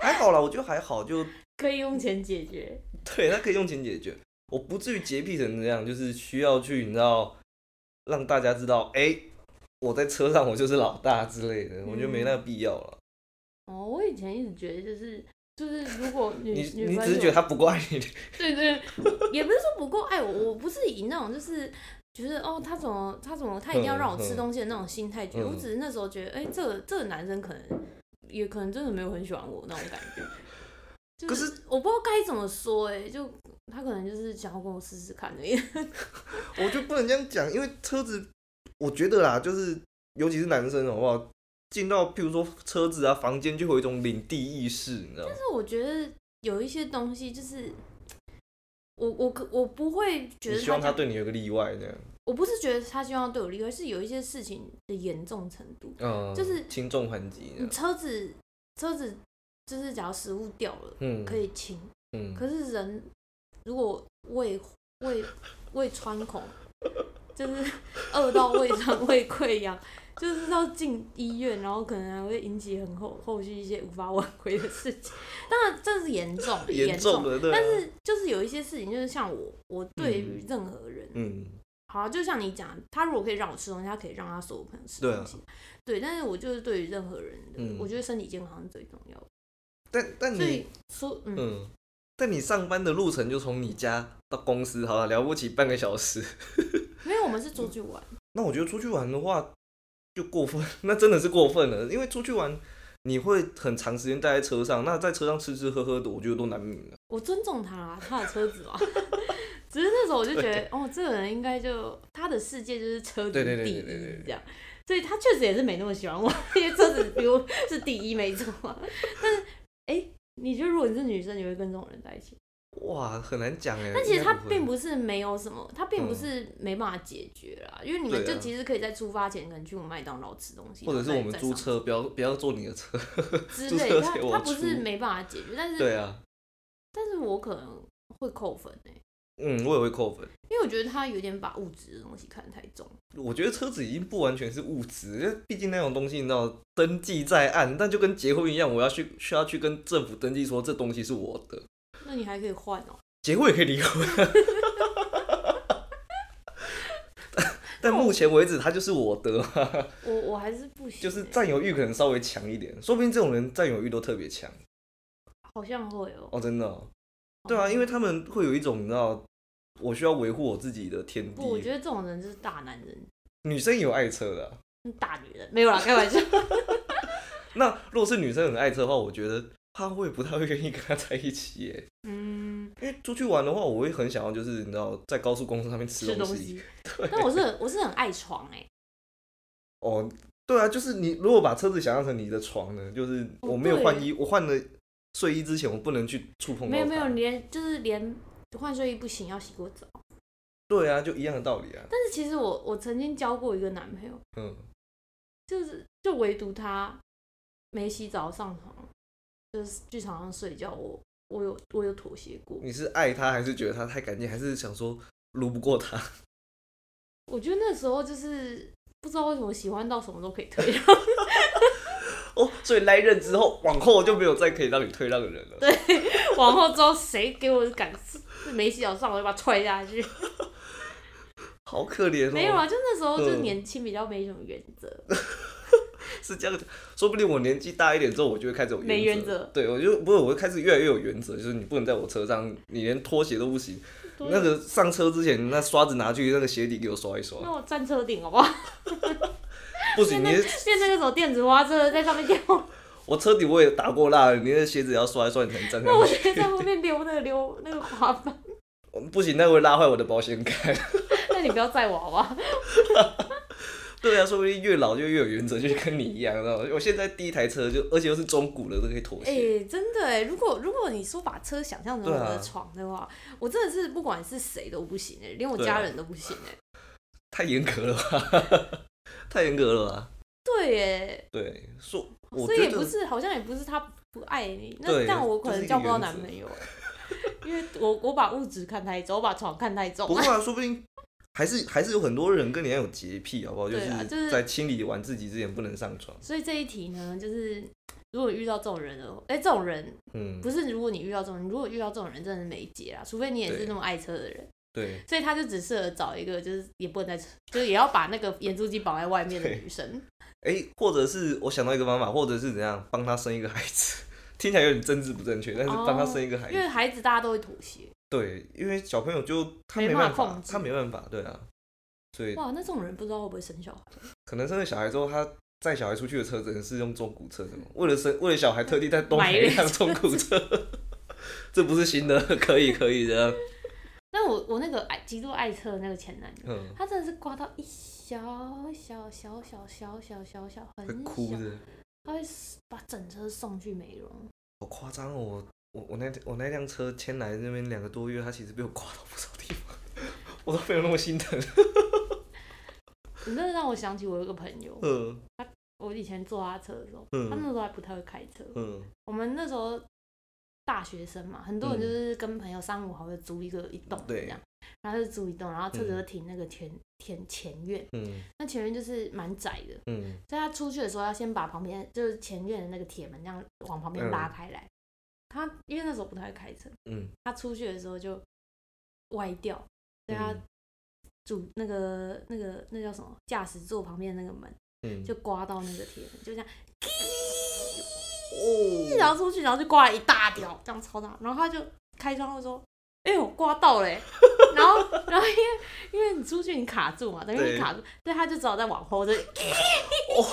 S2: 还好啦，我觉得还好，就
S1: 可以用钱解决，
S2: 对，那可以用钱解决，我不至于洁癖成这样，就是需要去你知道让大家知道，哎、我在车上我就是老大之类的，我觉得没那个必要了。
S1: 哦，我以前一直觉得就是就是，如果女
S2: 你
S1: 女
S2: 你
S1: 朋
S2: 只是
S1: 友
S2: 觉得他不够爱你，
S1: 对对，也不是说不够爱我，我不是以那种就是觉得哦，他怎么他怎么他一定要让我吃东西的那种心态觉得，
S2: 嗯嗯嗯
S1: 我只是那时候觉得，哎、这个这个男生可能也可能真的没有很喜欢我那种感觉。就
S2: 可
S1: 是我不知道该怎么说、哎，就他可能就是想要跟我试试看而已。
S2: 我就不能这样讲，因为车子，我觉得啦，就是尤其是男生好不好，进到譬如说车子啊房间，就会有一种领地意识，你知道吗？
S1: 但是我觉得有一些东西就是。我我可我不会觉
S2: 你
S1: 得
S2: 希望
S1: 他
S2: 他
S1: 这样，
S2: 对你有个例外这样，
S1: 我不是觉得他希望对我离开，是有一些事情的严重程度。
S2: 嗯，
S1: 就是
S2: 轻重缓急这
S1: 你
S2: 样，
S1: 车子车子就是假如食物掉了
S2: 嗯，
S1: 可，以清，
S2: 嗯，
S1: 可是人如果胃 胃胃穿孔，就是饿到胃 酸胃溃疡，就是要进医院，然后可能还会引起很后后续一些无法挽回的事情。当然这是严重
S2: 严重的，对、啊，
S1: 但是就是有一些事情，就是像我，我对于任何人，
S2: 嗯，
S1: 好、啊就像你讲，他如果可以让我吃东西，他可以让他所有朋友吃
S2: 对啊
S1: 东西。对，但是我就是对于任何人的，
S2: 嗯
S1: 我觉得身体健康是最重要的。
S2: 但但
S1: 所
S2: 你
S1: 以，说，嗯，
S2: 嗯，但你上班的路程就从你家到公司，好了，了不起半个小时。
S1: 没有，我们是出去玩，
S2: 那我觉得出去玩的话就过分， 那真的是过分了，因为出去玩你会很长时间待在车上，那在车上吃吃喝喝的，我觉得都难免的。
S1: 我尊重他、啊他的车子嘛。 只是那时候我就觉得，哦，这个人应该就他的世界就是车子
S2: 对对对
S1: 第一
S2: 对对对对
S1: 这样，所以他确实也是没那么喜欢我，因为车子比我是第一没错啊。但是，哎、你觉得如果你是女生，你会跟这种人在一起？
S2: 哇，很难讲哎。
S1: 但其实他并
S2: 不
S1: 不是没有什么，他并不
S2: 嗯
S1: 是没办法解决啦，因为你们
S2: 对啊
S1: 就其实可以在出发前可能去麦当劳吃东西，
S2: 会，或者是
S1: 然
S2: 我
S1: 后
S2: 们
S1: 再
S2: 租车，不要不要坐你的车。
S1: 之
S2: 租
S1: 类
S2: 车
S1: 的，他
S2: 钱我
S1: 他不是
S2: 出
S1: 没办法解决，但是
S2: 对啊，
S1: 但是我可能会扣分诶、
S2: 嗯，我也会扣分。
S1: 因为我觉得他有点把物质的东西看得太重，
S2: 我觉得车子已经不完全是物质，因为毕竟那种东西，你知道，登记在案，但就跟结婚一样，我要去需要去跟政府登记说这东西是我的，
S1: 那你还可以换哦、
S2: 结婚也可以离婚。 但但目前为止，它就是我的嘛，
S1: 我我还是不行欸、
S2: 就是占有欲可能稍微强一点，说不定这种人占有欲都特别强
S1: 好像会哦、嗯
S2: 哦，真的哦、对啊，因为他们会有一种你知道，我需要维护我自己的天
S1: 不，我
S2: 地。
S1: 觉得这种人就是大男人，
S2: 女生也有爱车的啊、
S1: 大女人没有啦，开 玩笑。
S2: 那如果是女生很爱车的话，我觉得她会不太会愿意跟他在一起耶。
S1: 嗯，
S2: 因为出去玩的话，我会很想要，就是你知道，在高速公路上面吃
S1: 吃
S2: 东
S1: 东
S2: 西。
S1: 西，但我是很我是很爱床哎、
S2: 哦，对啊，就是你如果把车子想象成你的床呢，就是
S1: 哦
S2: 我没有
S1: 对
S2: 换衣，我换了睡衣之前，我不能去触碰到它。
S1: 没有没有，连就是连换睡衣不行，要洗过澡。
S2: 对啊，就一样的道理啊。
S1: 但是其实我我曾经交过一个男朋友，
S2: 嗯，
S1: 就是就唯独他没洗澡上床，就是去床上睡觉，我我有我有妥协过。
S2: 你是爱他还是觉得他太干净，还是想说撸不过他？
S1: 我觉得那时候就是不知道为什么喜欢到什么都可以退让，
S2: 哦，所以来任之后，往后就没有再可以让你退让的人了。对，
S1: 往后之后谁给我敢没洗澡上，我就把他踹下 去。
S2: 好可怜哦。
S1: 没有啊，就那时候就
S2: 嗯
S1: 年轻比较没什么原则，
S2: 是这样讲，说不定我年纪大一点之后，我就会开始有
S1: 没
S2: 原
S1: 原则
S2: 对，我就不是，我会开始越来越有原则，就是你不能在我车上，你连拖鞋都不行。
S1: 对
S2: 那个上车之前，那刷子拿去，那个鞋底给我刷一刷
S1: 那。我站车顶好不好？
S2: 不行，你
S1: 变那个什么电子花车在上面掉，
S2: 我车底我也打过蜡，你的鞋子也要刷一刷，你才能站
S1: 那我
S2: 上去。
S1: 直接在后面溜那个溜那个滑板。
S2: 不行，那会拉坏我的保险杆。
S1: 那你不要载我好不好？
S2: 对啊，说不定越老就越有原则，就是跟你一样，知道吗？我现在第一台车就，而且又是中古的，都可以妥
S1: 哎、
S2: 协。
S1: 真的哎，如果如果你说把车想象成
S2: 对
S1: 我
S2: 啊
S1: 的床的话，我真的是不管是谁都不行哎，连我
S2: 对啊
S1: 家人都不行哎。
S2: 太严格了吧？ 太严格了吧？
S1: 对耶，
S2: 对，说我
S1: 所以
S2: 觉
S1: 也不
S2: 得
S1: 是，好像也不是他不爱你，那
S2: 对
S1: 但我可
S2: 就是
S1: 能
S2: 一个
S1: 交不到
S2: 原
S1: 男
S2: 则
S1: 朋友耶， 因为我我把物质看太重，我把床看太重
S2: 不，会啊，说不定还是还是有很多人跟你一样有洁癖，好不好？就
S1: 对啊就是
S2: 是在清理完自己之前不能上床。
S1: 所以这一题呢，就是如果遇到这种人的，哎、这种人
S2: 嗯
S1: 不，是如果你遇到这种人，如果遇到这种人，真的是没解啦，除非你也是
S2: 对
S1: 那么爱车的人，
S2: 对
S1: 所以他就只适合找一个就是也不能在车，就是也要把那个眼珠机绑在外面的
S2: 对
S1: 女生。
S2: 哎、或者是我想到一个方法，或者是怎样帮他生一个孩子， 听起来有点政治不正确，但是帮他生一个孩
S1: 因
S2: 子，
S1: 为孩子大家都会妥协，
S2: 对，因为小朋友就他
S1: 没
S2: 没
S1: 办
S2: 办
S1: 法
S2: 法
S1: 控，制
S2: 他没办法，对啊，所以
S1: 哇，那这种人不知道会不会生小孩，
S2: 可能生了小孩之后，他载小孩出去的车只能是用中古车的嘛，为了生为了小孩特地在东
S1: 买
S2: 北
S1: 一辆
S2: 一辆中古车， 这不是新的，可以可以 的，啊
S1: 但我我那个爱极度爱车的那个前男友，
S2: 嗯，
S1: 他真的是刮到一小小小小小小小小很
S2: 会
S1: 小，
S2: 哭的，
S1: 他会把整车送去美容，
S2: 好夸张哦，我我我那我那辆车迁来那边两个多月，它其实被我刮到不少地方， 我都没有那么心疼，
S1: 你真的让我想起我有一个朋友，
S2: 嗯
S1: 我以前坐他车的时候，他那
S2: 嗯
S1: 时候还不太会开车，
S2: 嗯，
S1: 我们那时候大学生嘛，很多人就是跟朋友三五好友租一个一栋这
S2: 嗯对
S1: 样，然后就租一栋，然后车子
S2: 嗯
S1: 就停那个前前前院，
S2: 嗯
S1: 那前院就是蛮窄的，
S2: 嗯
S1: 所以他出去的时候要先把旁边就是前院的那个铁门这样往旁边
S2: 嗯
S1: 拉开来。他因为那时候不太会开车，
S2: 嗯，
S1: 他出去的时候就歪掉，所以他
S2: 嗯
S1: 主那个那个那叫什么驾驶座旁边的那个门
S2: 嗯
S1: 就 刮到那个铁门，就这样，
S2: 哦
S1: 然后出去，然后就刮了一大条，这样超大。然后他就开窗户说：“哎、呦，刮到嘞、然后，然后因为因为你出去你卡住嘛，等于你
S2: 对
S1: 卡住，对，他就只好再往后，就
S2: 哦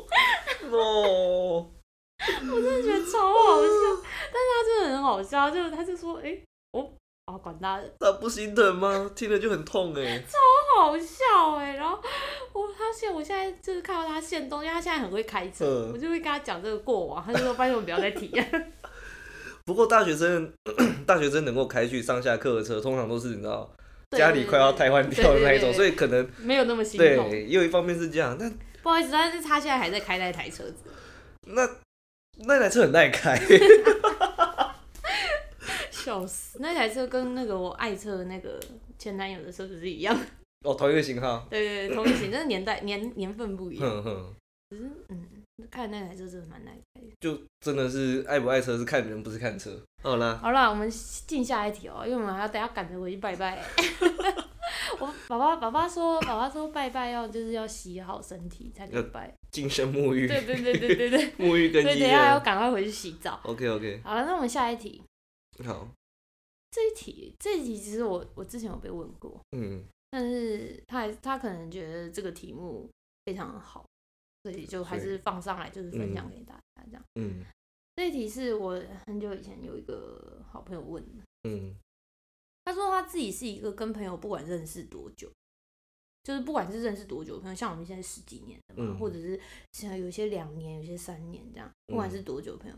S2: no，
S1: 就觉得超好笑。但是他真的很好笑，就他就说：“哎、我啊管他的，
S2: 他不心疼吗？听了就很痛哎，
S1: 好好笑哎、然后我他现我现在就是看到他现动，因为他现在很会开车，
S2: 嗯
S1: 我就会跟他讲这个过往，他就说：“拜托不要再提。
S2: 不过大学生 大学生能够开去上下课的车，通常都是你知道
S1: 对
S2: 家里快要汰换掉的那一
S1: 对对对对
S2: 种，所以可能”
S1: 没有那么心痛。
S2: 对，也有一方面是这样。那
S1: 不好意思，但是他现在还在开那台车子，
S2: 那那台车很耐开，
S1: 笑死！那台车跟那个我爱车的那个前男友的车不是一样？
S2: 哦，同一个型号，
S1: 对对对，同一型，但是年代年年份不一样。
S2: 哼哼，
S1: 只是嗯，看那台车真的蛮耐开的。
S2: 就真的是爱不爱车是看人，不是看车。好啦，
S1: 好啦，我们进下一题哦、因为我们还要等下赶着回去拜拜。我爸爸爸爸说，爸爸说拜拜要就是要洗好身体才可以拜。
S2: 净身沐浴，
S1: 对对对对对对，
S2: 沐浴更
S1: 所以
S2: 衣
S1: 等一下要
S2: 了。
S1: 赶快回去洗澡。
S2: OK OK，
S1: 好了，那我们下一题，
S2: 好，
S1: 这一题这一题其实我我之前有被问过，
S2: 嗯，
S1: 但是他还他可能觉得这个题目非常好，所以就还是放上来，就是分享给大家这样。
S2: 嗯
S1: 这一题是我很久以前有一个好朋友问的，
S2: 嗯
S1: 他说他自己是一个跟朋友不管认识多久，就是不管是认识多久的朋友，像我们现在十几年的嘛，
S2: 嗯
S1: 或者是像有些两年，有些三年这样，不管
S2: 嗯
S1: 是多久的朋友，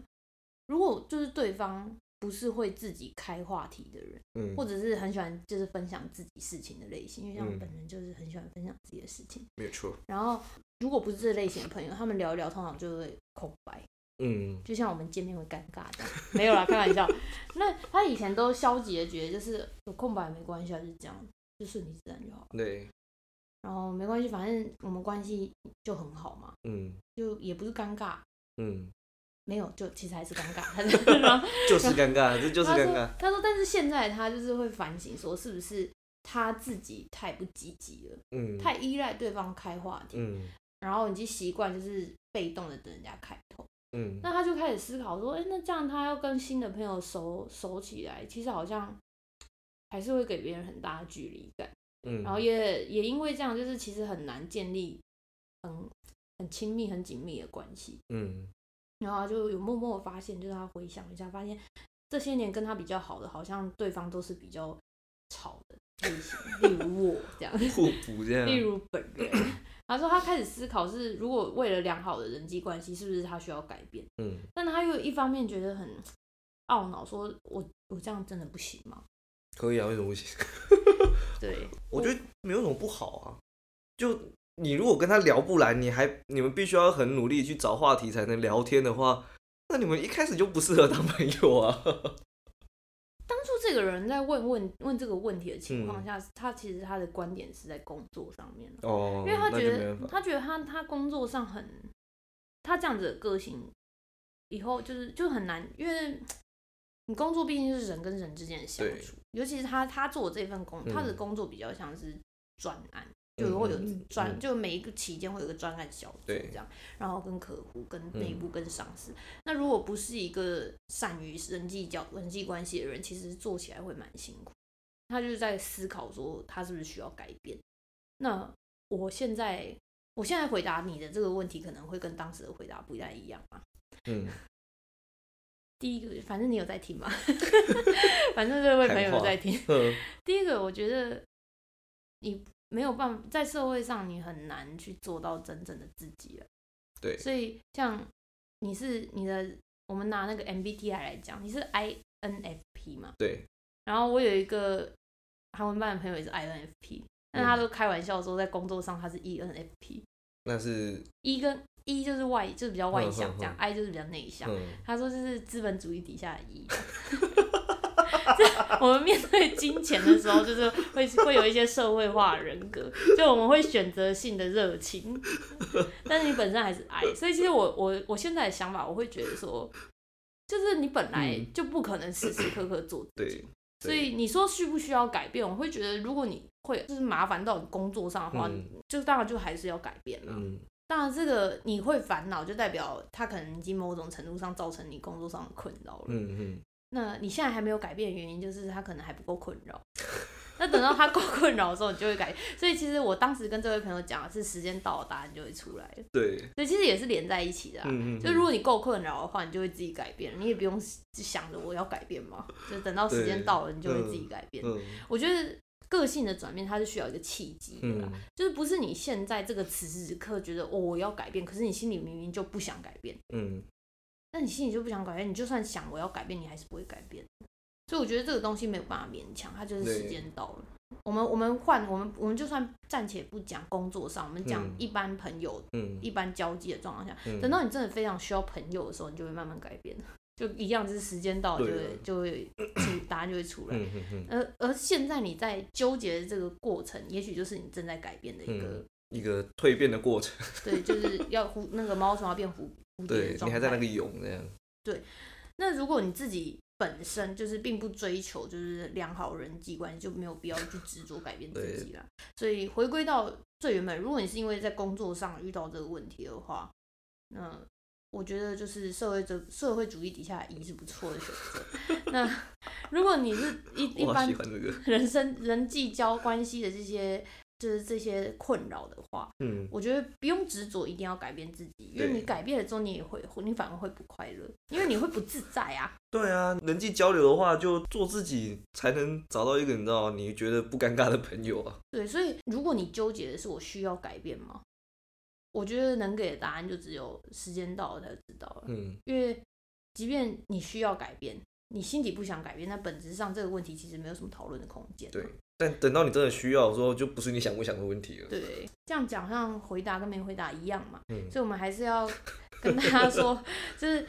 S1: 如果就是对方不是会自己开话题的人。
S2: 嗯，
S1: 或者是很喜欢就是分享自己事情的类型，因为像我
S2: 嗯
S1: 本人就是很喜欢分享自己的事情。
S2: 没有错，
S1: 然后如果不是这类型的朋友，他们聊一聊通常就会空白，
S2: 嗯
S1: 就像我们见面会尴尬这样。没有啦，开玩笑。 那他以前都消极的觉得就是有空白没关系啊，就是这样，就顺其自然就好了。
S2: 对，
S1: 然后没关系，反正我们关系就很好嘛，
S2: 嗯
S1: 就也不是尴尬，
S2: 嗯，
S1: 没有就其实还是尴尬。 他就然后
S2: 就是尴尬，这 就是
S1: 他
S2: 尴
S1: 说
S2: 尬，
S1: 他说，但是现在他就是会反省说，是不是他自己太不积极了，
S2: 嗯，
S1: 太依赖对方开话题，
S2: 嗯
S1: 然后已经习惯就是被动的等人家开头。
S2: 嗯
S1: 那他就开始思考说，哎、那这样他要跟新的朋友熟熟起来，其实好像还是会给别人很大的距离感，
S2: 嗯，
S1: 然后也也因为这样，就是其实很难建立很很亲密、很紧密的关系。
S2: 嗯
S1: 然后他就有默默地发现，就是他回想一下，发现这些年跟他比较好的，好像对方都是比较吵的类型，例如我这样，
S2: 互补这样，
S1: 例如本人。 然后说他开始思考是，如果为了良好的人际关系，是不是他需要改变？
S2: 嗯
S1: 但他又一方面觉得很懊恼，说我我这样真的不行吗？
S2: 可以啊，为什么不行？
S1: 对，
S2: 我觉得没有什么不好啊，就你如果跟他聊不来，你还你们必须要很努力去找话题才能聊天的话，那你们一开始就不适合当朋友啊。
S1: 当初这个人在问问问这个问题的情
S2: 嗯
S1: 况下，他其实他的观点是在工作上面的，
S2: 哦
S1: 因为他觉
S2: 那就没
S1: 得
S2: 办法。
S1: 他觉得他他工作上很，他这样子的个性，以后就是就很难，因为你工作毕竟是人跟人之间的相
S2: 对
S1: 处，尤其是他他做这份工，
S2: 嗯
S1: 他的工作比较像是专案。就会有
S2: 嗯嗯
S1: 专，
S2: 嗯
S1: 就每一个期间会有一个专案小组
S2: 对
S1: 这样，然后跟客户、跟
S2: 嗯
S1: 内部、跟上司。那如果不是一个善于人际交人际关系的人，其实做起来会蛮辛苦。他就是在思考说他是不是需要改变。那我现在我现在回答你的这个问题，可能会跟当时的回答不太一样啊。
S2: 嗯，
S1: 第一个，反正你有在听嘛， 反正这位朋友有在听。
S2: 嗯
S1: 第一个，我觉得你没有办法在社会上，你很难去做到真正的自己了。
S2: 对
S1: 所以像你是你的，我们拿那个 MBTI 来讲，你是 INFP 嘛？
S2: 对，
S1: 然后我有一个韩文班的朋友也是 INFP，但他
S2: 嗯
S1: 都开玩笑说在工作上他是 E ENFP，
S2: 那是
S1: E 跟 E 就是外，就是比较外
S2: 嗯
S1: 向
S2: 嗯
S1: 这样、i 就是比较内向。
S2: 嗯，
S1: 他说就是资本主义底下的意义。 这我们面对金钱的时候，就是会会有一些社会化人格，就我们会选择性的热情，但是你本身还是爱，所以其实我我我现在的想法，我会觉得说，就是你本来
S2: 嗯
S1: 就不可能时时刻刻做自己，
S2: 对，
S1: 所以你说需不需要改变，我会觉得如果你会就是麻烦到你工作上的话，
S2: 嗯
S1: 就当然就还是要改变了。
S2: 嗯，
S1: 当然，这个你会烦恼，就代表他可能已经某种程度上造成你工作上的困扰了。
S2: 嗯嗯，
S1: 那你现在还没有改变的原因，就是他可能还不够困扰。 那等到他够困扰的时候，你就会改变。所以其实我当时跟这位朋友讲的是，时间到了，答案就会出来了。
S2: 对，
S1: 所以其实也是连在一起的、啊。
S2: 嗯嗯，
S1: 就如果你够困扰的话，你就会自己改变，你也不用想着我要改变嘛。就等到时间
S2: 对
S1: 到了，你就会自己改变。
S2: 嗯
S1: 我觉得个性的转变，它是需要一个契机的啦。
S2: 嗯，
S1: 就是不是你现在这个此时此刻觉得哦我要改变，可是你心里明明就不想改变，
S2: 嗯，
S1: 那你心里就不想改变，你就算想我要改变，你还是不会改变。所以我觉得这个东西没有办法勉强，它就是时间到了。我们我们换我们我们就算暂且不讲工作上，我们讲
S2: 嗯
S1: 一般朋友、
S2: 嗯，
S1: 一般交际的状况下，
S2: 嗯
S1: 等到你真的非常需要朋友的时候，你就会慢慢改变。就一样，就是时间到了就
S2: 对啊
S1: 会就会出答案就会出来。
S2: 嗯嗯嗯，
S1: 而而现在你在纠结的这个过程，也许就是你正在改变的一个
S2: 嗯一个蜕变的过程，
S1: 对，就是要蝴那个猫虫要变蝴蝴蝶
S2: 对
S1: 的
S2: 你
S1: 状态。
S2: 还在那个涌这样，
S1: 那如果你自己本身就是并不追求就是良好人际关系，就没有必要去执着改变自己啦。所以回归到最原本，如果你是因为在工作上遇到这个问题的话，那我觉得就是社会主社会主义底下的一是不错的选择。那如果你 是一一
S2: 我好
S1: 般
S2: 喜欢这个，
S1: 人生人际交关系的这些就是这些困扰的话，
S2: 嗯
S1: 我觉得不用执着一定要改变自己，因为
S2: 对
S1: 你改变了之后，你也会，你反而会不快乐，因为你会不自在啊。
S2: 对啊，人际交流的话，就做自己才能找到一个你知道你觉得不尴尬的朋友啊。
S1: 对，所以如果你纠结的是我需要改变吗？我觉得能给的答案就只有时间到了才知道了。
S2: 嗯，
S1: 因为即便你需要改变，你心底不想改变，那本质上这个问题其实没有什么讨论的空间啊。
S2: 对但等到你真的需要的时候，就不是你想不想的问题了。
S1: 对，这样讲好像回答跟没回答一样嘛。
S2: 嗯
S1: 所以我们还是要跟大家说，就是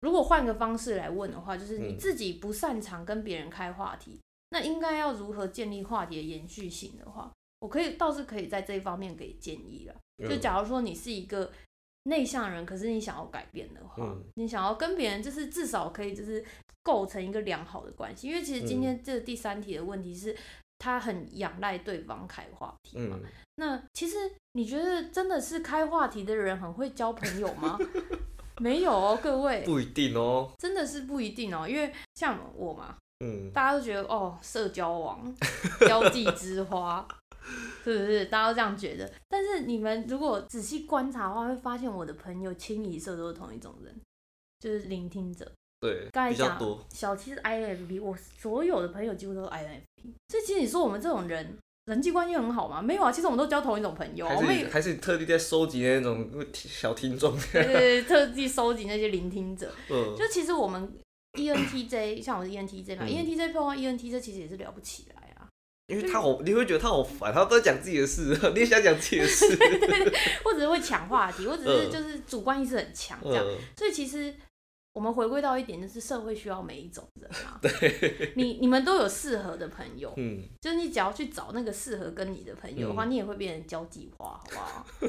S1: 如果换个方式来问的话，就是你
S2: 嗯
S1: 自己不擅长跟别人开话题，那应该要如何建立话题的延续性的话，我可以倒是可以在这一方面给建议了。就
S2: 嗯
S1: 假如说你是一个内向人，可是你想要改变的话，
S2: 嗯
S1: 你想要跟别人就是至少可以就是构成一个良好的关系，因为其
S2: 嗯
S1: 实今天这第三题的问题是，他很仰赖对方开话题嘛。
S2: 嗯，
S1: 那其实你觉得真的是开话题的人很会交朋友 吗？没有哦，各位，
S2: 不一定哦。
S1: 真的是不一定哦，因为像我嘛，
S2: 嗯，
S1: 大家都觉得哦，社交 王，交际之花，是不是？大家都这样觉得。但是你们如果仔细观察的话，会发现我的朋友清一色都是同一种人，就是聆听者。
S2: 对，
S1: 刚才
S2: 比较
S1: 讲
S2: 多。
S1: 小七是 INFP，我所有的朋友几乎都是 INFP，所以其实你说我们这种人人际关系很好吗？没有啊，其实我们都交同一种朋友啊，
S2: 还
S1: 我
S2: 是
S1: 们也
S2: 你还是你特地在收集那种小听众？
S1: 对对对，特地收集那些聆听者。
S2: 嗯，
S1: 就其实 E 我们 ENTJ，像我是 ENTJ 嘛、
S2: 嗯
S1: e n t j 碰到 ENTJ 其实也是聊不起来啊。
S2: 因为他好，你会觉得他好烦，他都在讲自己的事， 你也想讲自己 的事，
S1: 我只是会抢话 题，我只是
S2: 嗯
S1: 就是主观意识很强这样。
S2: 嗯，
S1: 所以其实我们回归到一点，就是社会需要每一种人 啊。对，你你们都有适合的朋友，
S2: 嗯，
S1: 就是你只要去找那个适合跟你的朋友的话，
S2: 嗯
S1: 你也会变成交际花，好不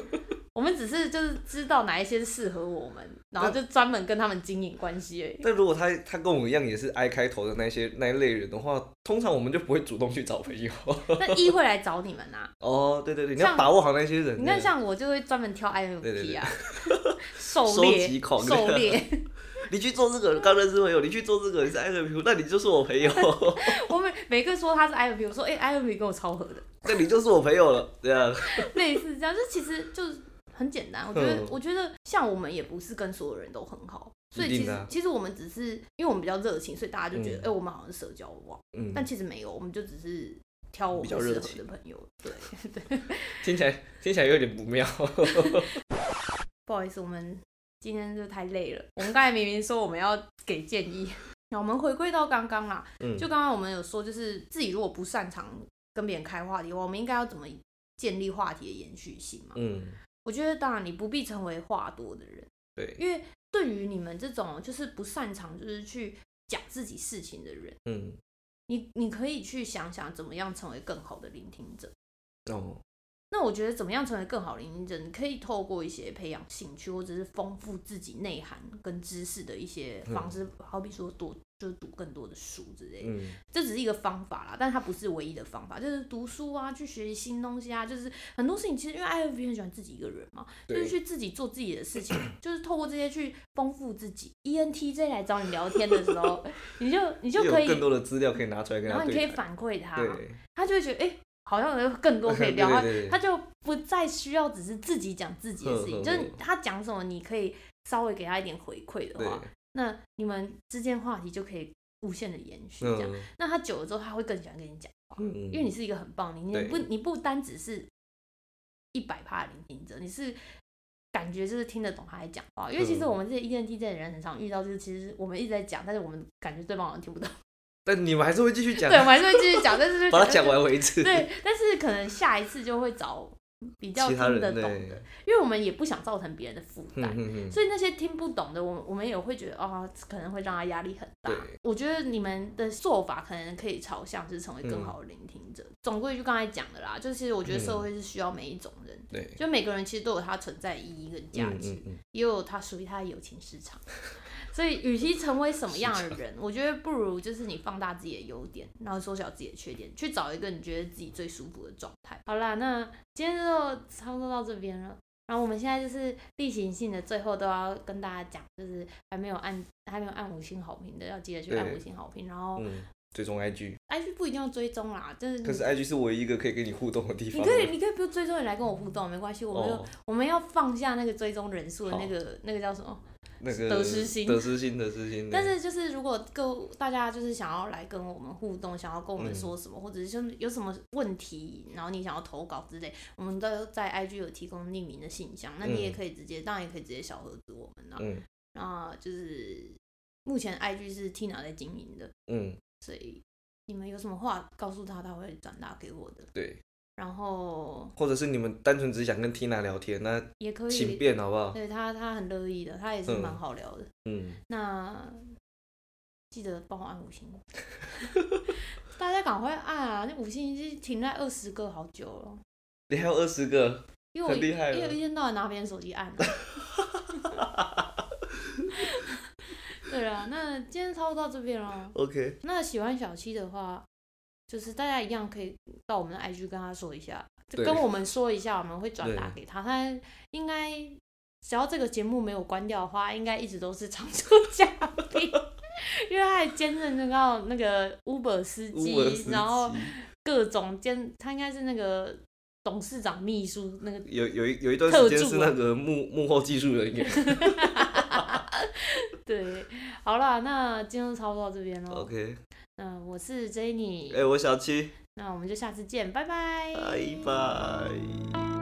S1: 好？我们只是就是知道哪一些是适合我们，然后就专门跟他们经营关系而 已。
S2: 但如果他他跟我一样也是 I 开头的那些那一类人的话，通常我们就不会主动去找朋友。
S1: 那一会来找你们啊，
S2: 哦，对对对，你
S1: 像
S2: 要把握好那些人。
S1: 你看像我就会专门挑 INFP 啊， 狩
S2: 收集
S1: 猎
S2: 狂
S1: 狩猎。
S2: 你去做这个刚认识朋友，你去做这个你是 I 人 P，那你就是我朋友，
S1: 我每每个说他是 INFP，我说哎、INFP 跟我超合的，
S2: 那你就是我朋友了，这样。
S1: 类似这样，就其实就是很简单。我觉得，
S2: 嗯
S1: 我觉得像我们也不是跟所有人都很好，所以
S2: 一
S1: 其
S2: 定
S1: 实、
S2: 的啊
S1: 其实我们只是因为我们比较热情，所以大家就觉得哎、
S2: 嗯
S1: 诶我们好像社交网，
S2: 嗯，
S1: 但其实没有，我们就只是挑我们
S2: 比
S1: 适
S2: 较
S1: 合
S2: 热
S1: 的
S2: 情
S1: 朋友。对，
S2: 听起来听起来有点不妙。
S1: 不好意思，我们今天就太累了。我们刚才明明说我们要给建议，那我们回归到刚啊刚啦，
S2: 嗯，
S1: 就刚刚我们有说，就是自己如果不擅长跟别人开话题的话，我们应该要怎么建立话题的延续性嘛？
S2: 嗯，
S1: 我觉得当然你不必成为话多的人。
S2: 对，
S1: 因为对于你们这种就是不擅长就是去讲自己事情的人，
S2: 嗯，
S1: 你你可以去想想怎么样成为更好的聆听者。
S2: 哦，
S1: 那我觉得怎么样成为更好的聆听者，你可以透过一些培养兴趣，或者是丰富自己内涵跟知识的一些方式，好比说多就是读更多的书之类的。
S2: 嗯，
S1: 这只是一个方法啦，但它不是唯一的方法，就是读书啊，去学习新东西啊，就是很多事情。其实因为 IFP 很喜欢自己一个人嘛，就
S2: 对
S1: 是去自己做自己的事情，就是透过这些去丰富自己。ENTJ E 来找你聊天的时候，你就你就
S2: 有
S1: 可以，
S2: 更多的资料可以啊拿出来跟
S1: 然
S2: 他
S1: 后你可以
S2: 对谈。
S1: 反馈他，
S2: 对，
S1: 他就会觉得哎、诶好像有更多可以聊，
S2: 对
S1: 他
S2: 对对
S1: 他就不再需要只是自己讲自己的事情，
S2: 嗯嗯
S1: 就是
S2: 嗯
S1: 他讲什么，你可以稍微给他一点回馈的
S2: 对，嗯
S1: 话，那你们之间话题就可以无限的延续这样。
S2: 嗯
S1: 那他久了之后，他会更喜欢跟你讲话，
S2: 嗯，
S1: 因为你是一个很棒的聆听，你
S2: 对
S1: 不你不单只是一百趴聆听者，你是感觉就是听得懂他在讲话。因为其实
S2: 嗯
S1: 我们这些 E ENTJ 的人很常遇到，就是其实我们一直在讲，但是我们感觉对方好像听不到，
S2: 但你们还是会继续 讲啊
S1: 对，，我们还是会继续讲，但 是就
S2: 把它
S1: 觉得
S2: 讲完为止。
S1: 对，但是可能下一次就会找比较
S2: 其
S1: 听
S2: 他
S1: 得
S2: 人
S1: 懂
S2: 对，
S1: 的，因为我们也不想造成别人的负担。
S2: 嗯嗯嗯，
S1: 所以那些听不懂的，我我们也会觉得哦，可能会让他压力很大
S2: 对。
S1: 我觉得你们的做法可能可以朝向就是成为更
S2: 嗯
S1: 好的聆听者。总归就刚才讲的啦，就是其实我觉得社会是需要每一种人，
S2: 对，
S1: 就每个人其实都有他存在意义跟价值，
S2: 嗯嗯
S1: 也有他属于他的友情市场。所以，与其成为什么样的人，我觉得不如就是你放大自己的优点，然后缩小自己的缺点，去找一个你觉得自己最舒服的状态。好啦，那今天就差不多到这边了。然后我们现在就是例行性的，最后都要跟大家讲，就是还没有按还没有按五星好评的，要记得去按
S2: 对
S1: 五星好评。然后
S2: 嗯嗯，最终 IG，
S1: IG 不一定要追踪啦，就是
S2: 可是 IG 是唯一一个可以跟你互动的地
S1: 嗯你
S2: 方。
S1: 可以你可以不用追踪，你来跟我互动没关系。我们、
S2: 哦，
S1: 我们要放下那个追踪人数的那
S2: 好
S1: 个那个叫什么？
S2: 那个
S1: 得失心
S2: 得失心，得失心。对
S1: 但是就是如果各大家就是想要来跟我们互动，想要跟我们说
S2: 嗯
S1: 什么，或者是就是有什么问题，然后你想要投稿之类，我们都在 IG 有提供匿名的信箱，那你
S2: 嗯
S1: 也可以直接，当然也可以直接小盒子我们啦、
S2: 嗯
S1: 那就是目前 IG 是 Tina 在经营的，
S2: 嗯，
S1: 所以你们有什么话告诉他，他会转达给我的。
S2: 对，
S1: 然后
S2: 或者是你们单纯只想跟 Tina 聊天，那
S1: 也可
S2: 请
S1: 以，
S2: 便好不好？
S1: 对他他很乐意的，他也是
S2: 嗯
S1: 蛮好聊的。
S2: 嗯，
S1: 那记得帮我按五星， 大家赶快按啊！那五星已经停在二十个好久了，
S2: 你还有二十个，
S1: 因为我
S2: 很厉害了
S1: 因为我一天到晚拿别人手机按、啊。 对啊，那今天差不多到这边了。
S2: OK，
S1: 那喜欢小七的话，就是大家一样可以到我们的 IG 跟他说一下，就
S2: 对
S1: 跟我们说一下，我们会转达
S2: 对
S1: 给他。他应该只要这个节目没有关掉的话，应该一直都是常 驻嘉宾，因为他还兼任那个那个 Uber 司机，
S2: 乌尔斯
S1: 然后
S2: 基
S1: 各种兼，他应该是那个董事长秘书那个。
S2: 有有一有一段
S1: 特
S2: 时间
S1: 助
S2: 是
S1: 啊
S2: 那个幕幕后技术 人员。
S1: 对，好啦，那今天就差不多到这边喽。
S2: OK，哎
S1: 那我是 Jenny，、
S2: 哎、我小七，
S1: 那我们就下次见，拜拜，
S2: 拜拜。